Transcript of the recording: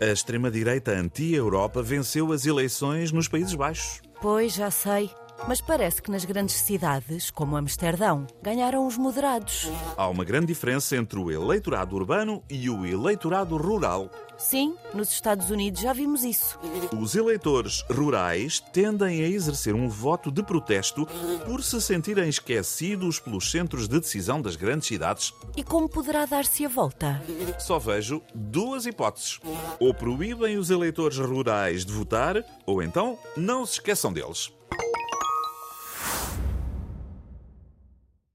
A extrema-direita anti-Europa venceu as eleições nos Países Baixos. Pois, já sei. Mas parece que nas grandes cidades, como Amsterdão, ganharam os moderados. Há uma grande diferença entre o eleitorado urbano e o eleitorado rural. Sim, nos Estados Unidos já vimos isso. Os eleitores rurais tendem a exercer um voto de protesto por se sentirem esquecidos pelos centros de decisão das grandes cidades. E como poderá dar-se a volta? Só vejo duas hipóteses: ou proíbem os eleitores rurais de votar, ou então não se esqueçam deles.